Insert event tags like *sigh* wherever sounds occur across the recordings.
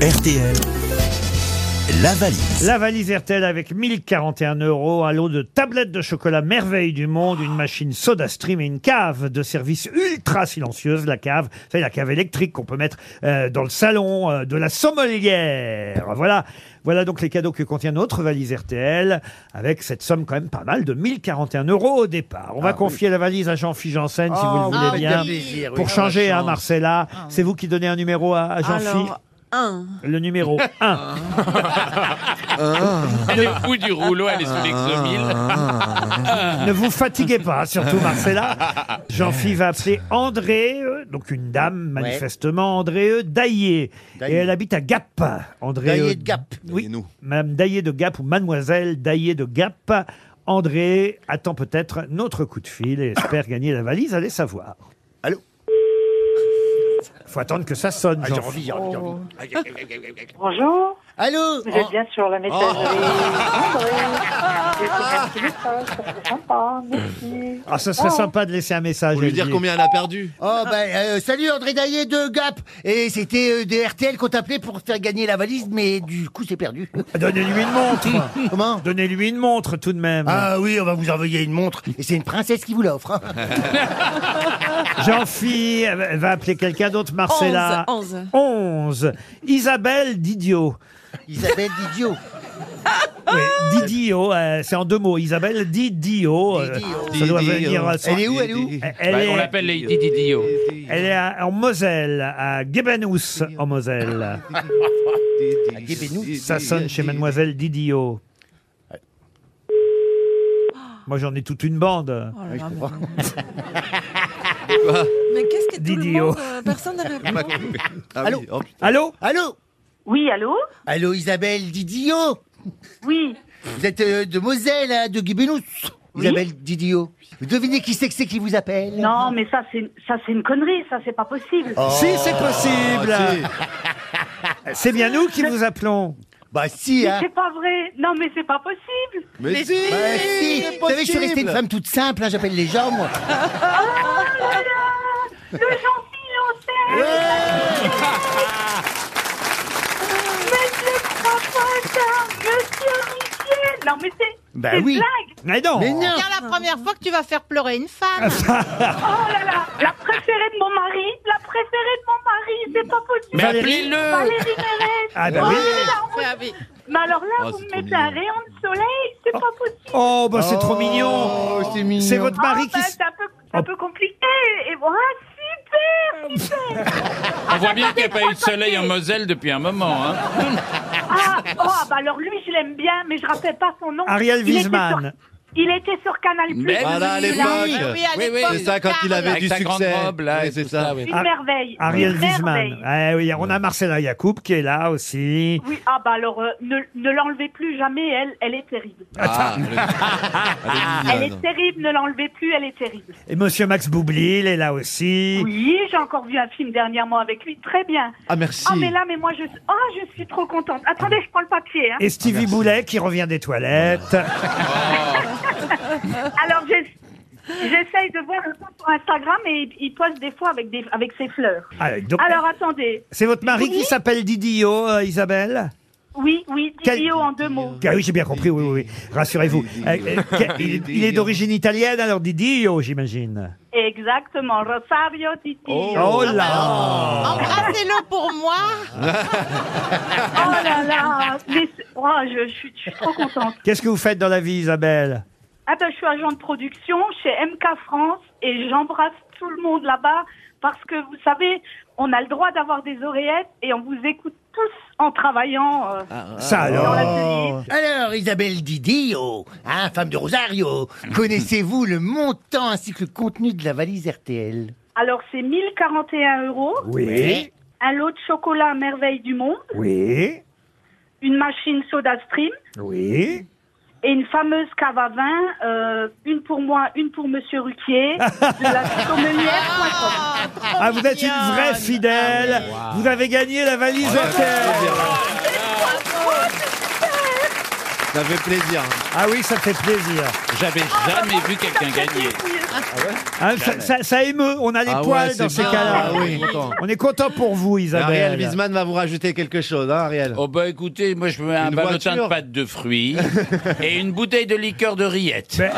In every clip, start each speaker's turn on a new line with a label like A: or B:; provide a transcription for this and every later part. A: RTL, la valise.
B: La valise RTL avec 1041 euros, un lot de tablettes de chocolat merveille du monde, une machine soda stream et une cave de service ultra silencieuse, la cave, c'est la cave électrique qu'on peut mettre euh, dans le salon euh, de la sommelière. Voilà. Voilà donc les cadeaux que contient notre valise RTL, avec cette somme quand même pas mal de 1041 euros au départ. On va confier la valise à Jean-Philippe Janssen, si vous
C: Ah,
B: le voulez bien. Pour
C: bah,
B: changer, hein, Marcella, c'est vous qui donnez un numéro à, à Jean-Philippe.
D: Alors, un.
B: Le numéro 1.
E: Elle est fou du rouleau, elle est sous l'exomile.
B: Ah.
E: Ah.
B: ne vous fatiguez pas, hein, surtout Marcella. Jean-Phi va appeler André, euh, donc une dame manifestement, André euh, Daillé. Et
C: Daillé.
B: elle habite à Gap. André euh,
C: Daillé de Gap.
B: Oui,
A: Daillé-nous.
B: Madame Daillé de Gap ou Mademoiselle Daillé de Gap. André attend peut-être notre coup de fil et espère gagner la valise, allez savoir.
C: Allô
B: Faut attendre que ça sonne,
C: Ah, j'ai
B: Jean-Phi.
C: envie, j'ai envie, j'ai envie. Oh.
F: Bonjour,
C: Allô
F: vous êtes
D: Oh.
F: bien sur la messagerie. André. Merci beaucoup, ça serait sympa, merci.
B: Ah, ce serait sympa de lacer un message.
G: Pour Oh. lui dire
B: Olivier.
G: combien elle a perdu.
C: Oh, bah, euh, salut André Daillé de Gap. Et c'était euh, des RTL qu'on t'appelait pour faire gagner la valise, mais du coup, c'est *laughs* perdu.
B: Donnez-lui une montre.
C: Comment
B: Donnez-lui une montre tout de même.
C: Ah oui, on va vous envoyer une montre. Et c'est une princesse qui vous l'offre. hein. *laughs*
B: Jean-Phi euh, va appeler quelqu'un d'autre,
D: Oh,
B: Marcella.
D: 11.
B: 11. Isabelle Didio.
C: Isabelle Didio.
B: Oui, Didio, euh, c'est en deux mots. Isabelle Didio. euh,
C: Didio.
B: ça doit
G: Didio. Bah,
B: venir. euh, sans-
C: Elle est où, elle est où
B: Elle
E: Ouais, Bah, On
B: est,
E: l'appelle les Dididio.
B: elle est à- en Moselle, à Gebenous, en Moselle. Ça sonne chez Mademoiselle Didio.
G: Ah.
B: Moi, j'en ai toute une bande.
D: Oh là là, mais non. Mais qu'est-ce que tout le
B: Didio.
D: monde, euh, personne n'a répondu.
G: Ah oui,
C: Allô
G: hop.
B: Allô
C: Allô
F: Oui, allô
C: Allô Isabelle Didio
F: Oui,
C: Vous êtes euh, de Moselle, hein, de Guibénous Isabelle Didio. Vous devinez qui c'est que c'est qui vous appelle
F: non, mais ça c'est ça c'est une connerie, ça c'est pas possible.
B: Si, c'est possible.
G: Oh. Ah, si.
B: C'est bien nous qui vous appelons.
C: Bah si,
F: Mais
C: hein
F: c'est pas vrai, non mais c'est pas possible.
G: Mais si
C: Bah si Vous savez, je suis restée une femme toute simple, hein, j'appelle les gens, moi
F: Le gentil Janssen, monsieur Crapote, monsieur Riquier. Non mais c'est
C: Bah
F: c'est une
C: oui.
F: blague.
B: Mais non.
C: Mais non
H: Tiens, la première fois que tu vas faire pleurer une femme.
F: Oh là là, la préférée de mon mari, la préférée de mon mari, c'est pas possible.
E: Mais
B: Valérie.
E: appelez-le
F: Valérie Mérès. Oh
B: Ah bah oui.
H: Ah oui.
F: Mais alors là,
G: Oh,
F: vous
G: c'est
F: me
G: trop
F: mettez
G: mignon.
F: un rayon de soleil, c'est pas possible.
B: Oh, bah c'est trop mignon.
C: Oh, c'est mignon
B: C'est votre
F: Ah,
B: mari
F: bah,
B: qui... s- Oh.
F: c'est un peu, c'est un peu compliqué. Et voilà, super, super.
E: On voit bien qu'il n'y a pas eu de soleil en Moselle depuis un moment. hein.
B: *laughs*
F: Ah, oh, ah, bah alors lui, je l'aime bien, mais je rappelle pas son nom.
B: Ariel
F: Il était
B: Wiesman.
F: sur- Il était sur Canal+.
E: Mais-
G: Voilà, à l'époque.
H: Oui, à
E: Oui, oui,
H: l'époque,
G: C'est ça, quand il avait
E: Avec
G: du
E: sa grande
G: succès.
E: robe, là,
G: Ouais,
E: et
G: c'est
E: tout
G: ça.
E: ça, oui.
F: C'est une
B: Ar-
F: merveille.
B: Ariel
F: Une
B: Wiesman.
F: merveille.
B: Eh oui, on a Marcella Yacoub qui est là aussi.
F: Oui, ah bah alors, euh, ne, ne l'enlevez plus jamais, elle, elle est terrible.
G: Ah, elle est- elle
F: Ah, Elle
G: est
F: est
G: mignonne.
F: terrible, ne l'enlevez plus, elle est terrible.
B: Et Monsieur Max Boublil est là aussi.
F: Oui, j'ai encore vu un film dernièrement avec lui, très bien.
G: Ah, merci.
F: Ah mais là, mais moi, je, ah je suis trop contente. Attendez, je prends le papier. Hein.
B: Ah. Et
C: Ah,
B: Stevie Boulet qui revient des toilettes.
F: Ah. Alors, j'ess- j'essaye de voir le compte sur Instagram et il- il poste des fois avec, des, avec ses fleurs.
B: Ah, donc,
F: Alors, attendez.
B: c'est votre mari qui s'appelle Didio, euh, Isabelle
F: Oui, oui,
B: Quel-
F: Didio en deux mots.
B: Ah oui, j'ai bien compris, oui, oui, oui. Rassurez-vous. Euh, euh, que- il, il est d'origine italienne, alors Didio, j'imagine.
F: Exactement, Rosario Didio.
G: Oh.
B: Oh là
C: Ah.
H: Embrassez-le pour moi.
F: Oh là là mais c'est- oh, je, je suis, je suis trop contente.
B: Qu'est-ce que vous faites dans la vie, Isabelle
F: Ah ben, je suis agent de production chez MK France et j'embrasse tout le monde là-bas parce que, vous savez, on a le droit d'avoir des oreillettes et on vous écoute tous en travaillant. euh,
C: Ah.
B: Ça
F: dans
B: alors
F: l'atelier.
C: Alors, Isabelle Didio, hein, femme de Rosario, connaissez-vous le montant ainsi que le contenu de la valise RTL
F: Alors, c'est 1041 euros,
B: Oui,
F: un lot de chocolat à merveille du monde,
B: oui,
F: une machine soda stream
B: oui.
F: et une fameuse cave à vin, euh, une pour moi, une pour Monsieur
B: *laughs*
F: Ruquier, de la sommelière.com.
B: Ah, vous êtes une vraie fidèle.
G: Ah,
B: Vous avez gagné la valise RTL.
G: Ça fait plaisir.
B: Ah oui, ça fait plaisir.
E: J'avais jamais vu quelqu'un gagner.
F: plaisir.
B: Hein, ça, ça- ça émeut, on a les
G: Ah ouais,
B: poils dans ces
G: c'est bien.
B: cas-là.
G: Ah oui, content.
B: On est content pour vous,
G: Ariel
B: Isabelle.
G: Wiesman va vous rajouter quelque chose, hein, Ariel
E: Oh bah écoutez, moi je me mets un
G: Une
E: ballotin de
G: voiture.
E: pâte de *laughs* fruits et une bouteille de liqueur de rillettes.
B: Ben,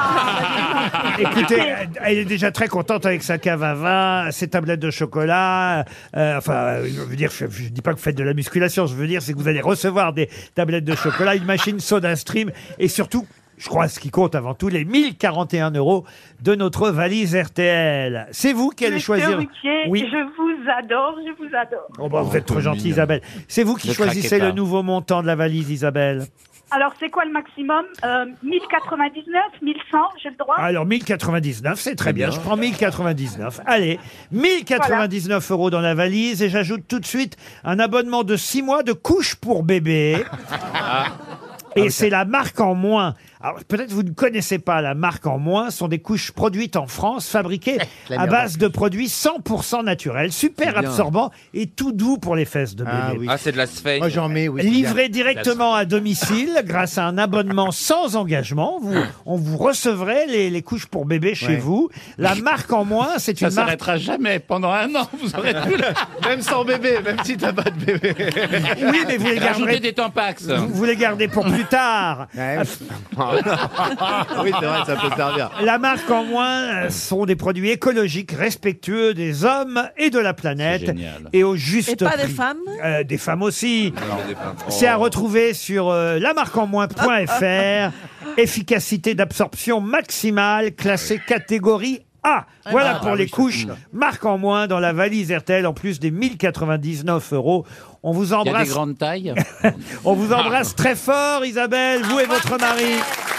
B: euh, *laughs* Écoutez, elle- elle est déjà très contente avec sa cave à vin, ses tablettes de chocolat. euh, enfin, euh, je veux dire, je, je dis pas que vous faites de la musculation. Je veux dire, c'est que vous allez recevoir des tablettes de chocolat, une machine Soda Stream, et surtout. Je crois ce qui compte avant tout, les 1041 euros de notre valise RTL. C'est vous qui allez
F: Monsieur
B: choisir.
F: Ruquier, je vous adore, je vous adore.
B: Oh, bah, vous êtes trop gentille, Isabelle. C'est vous qui
E: Ne craquez
B: choisissez le
E: pas.
B: nouveau montant de la valise, Isabelle.
F: Alors, c'est quoi le maximum Euh, 1099, 1100, j'ai le droit
B: Alors 1099, c'est très bien. Je prends 1099. Allez, 1099 euros dans la valise et j'ajoute tout de suite un abonnement de 6 mois de couche pour bébé. Et c'est la marque en moins. Alors peut-être vous ne connaissez pas la marque en moins. Ce sont des couches produites en France, fabriquées
C: La
B: à
C: merde.
B: base de produits 100% naturels, super
G: C'est bien.
B: absorbants et tout doux pour les fesses de bébé.
C: Ah oui.
I: Ah, c'est de la sphère.
C: Moi j'en mets, oui. c'est bien.
B: Livré directement à domicile grâce à un abonnement sans engagement. Vous, on vous recevrez les, les couches pour bébé chez
C: Ouais.
B: vous. La marque en moins, c'est
E: Ça
B: une marque.
E: s'arrêtera jamais. Pendant un an, vous aurez
B: *laughs*
E: tout là.
G: Même sans bébé, même si t'as pas de bébé.
B: Oui, mais vous les
E: Rajoutez
B: garderez.
E: des Tampax.
B: vous- Vous les gardez pour plus tard.
C: Ouais, oui.
G: *laughs* oui, c'est vrai, ça peut servir.
B: La marque en moins euh, sont des produits écologiques, respectueux des hommes et de la planète.
E: génial.
B: Et au juste
D: Et pas des
B: prix.
D: femmes
B: Euh, des femmes aussi.
I: Oh.
B: C'est à retrouver sur euh,
D: *laughs*
B: lamarqueenmoins.fr. Efficacité d'absorption maximale,
E: Ah
B: classée catégorie
D: Ah
B: A. Voilà pour les couches, marque en moins dans la valise RTL, en plus des 1099 euros. On vous
E: Il y a des Ah.
B: embrasse,
E: grandes tailles.
B: on vous embrasse très fort, Isabelle, vous et votre mari.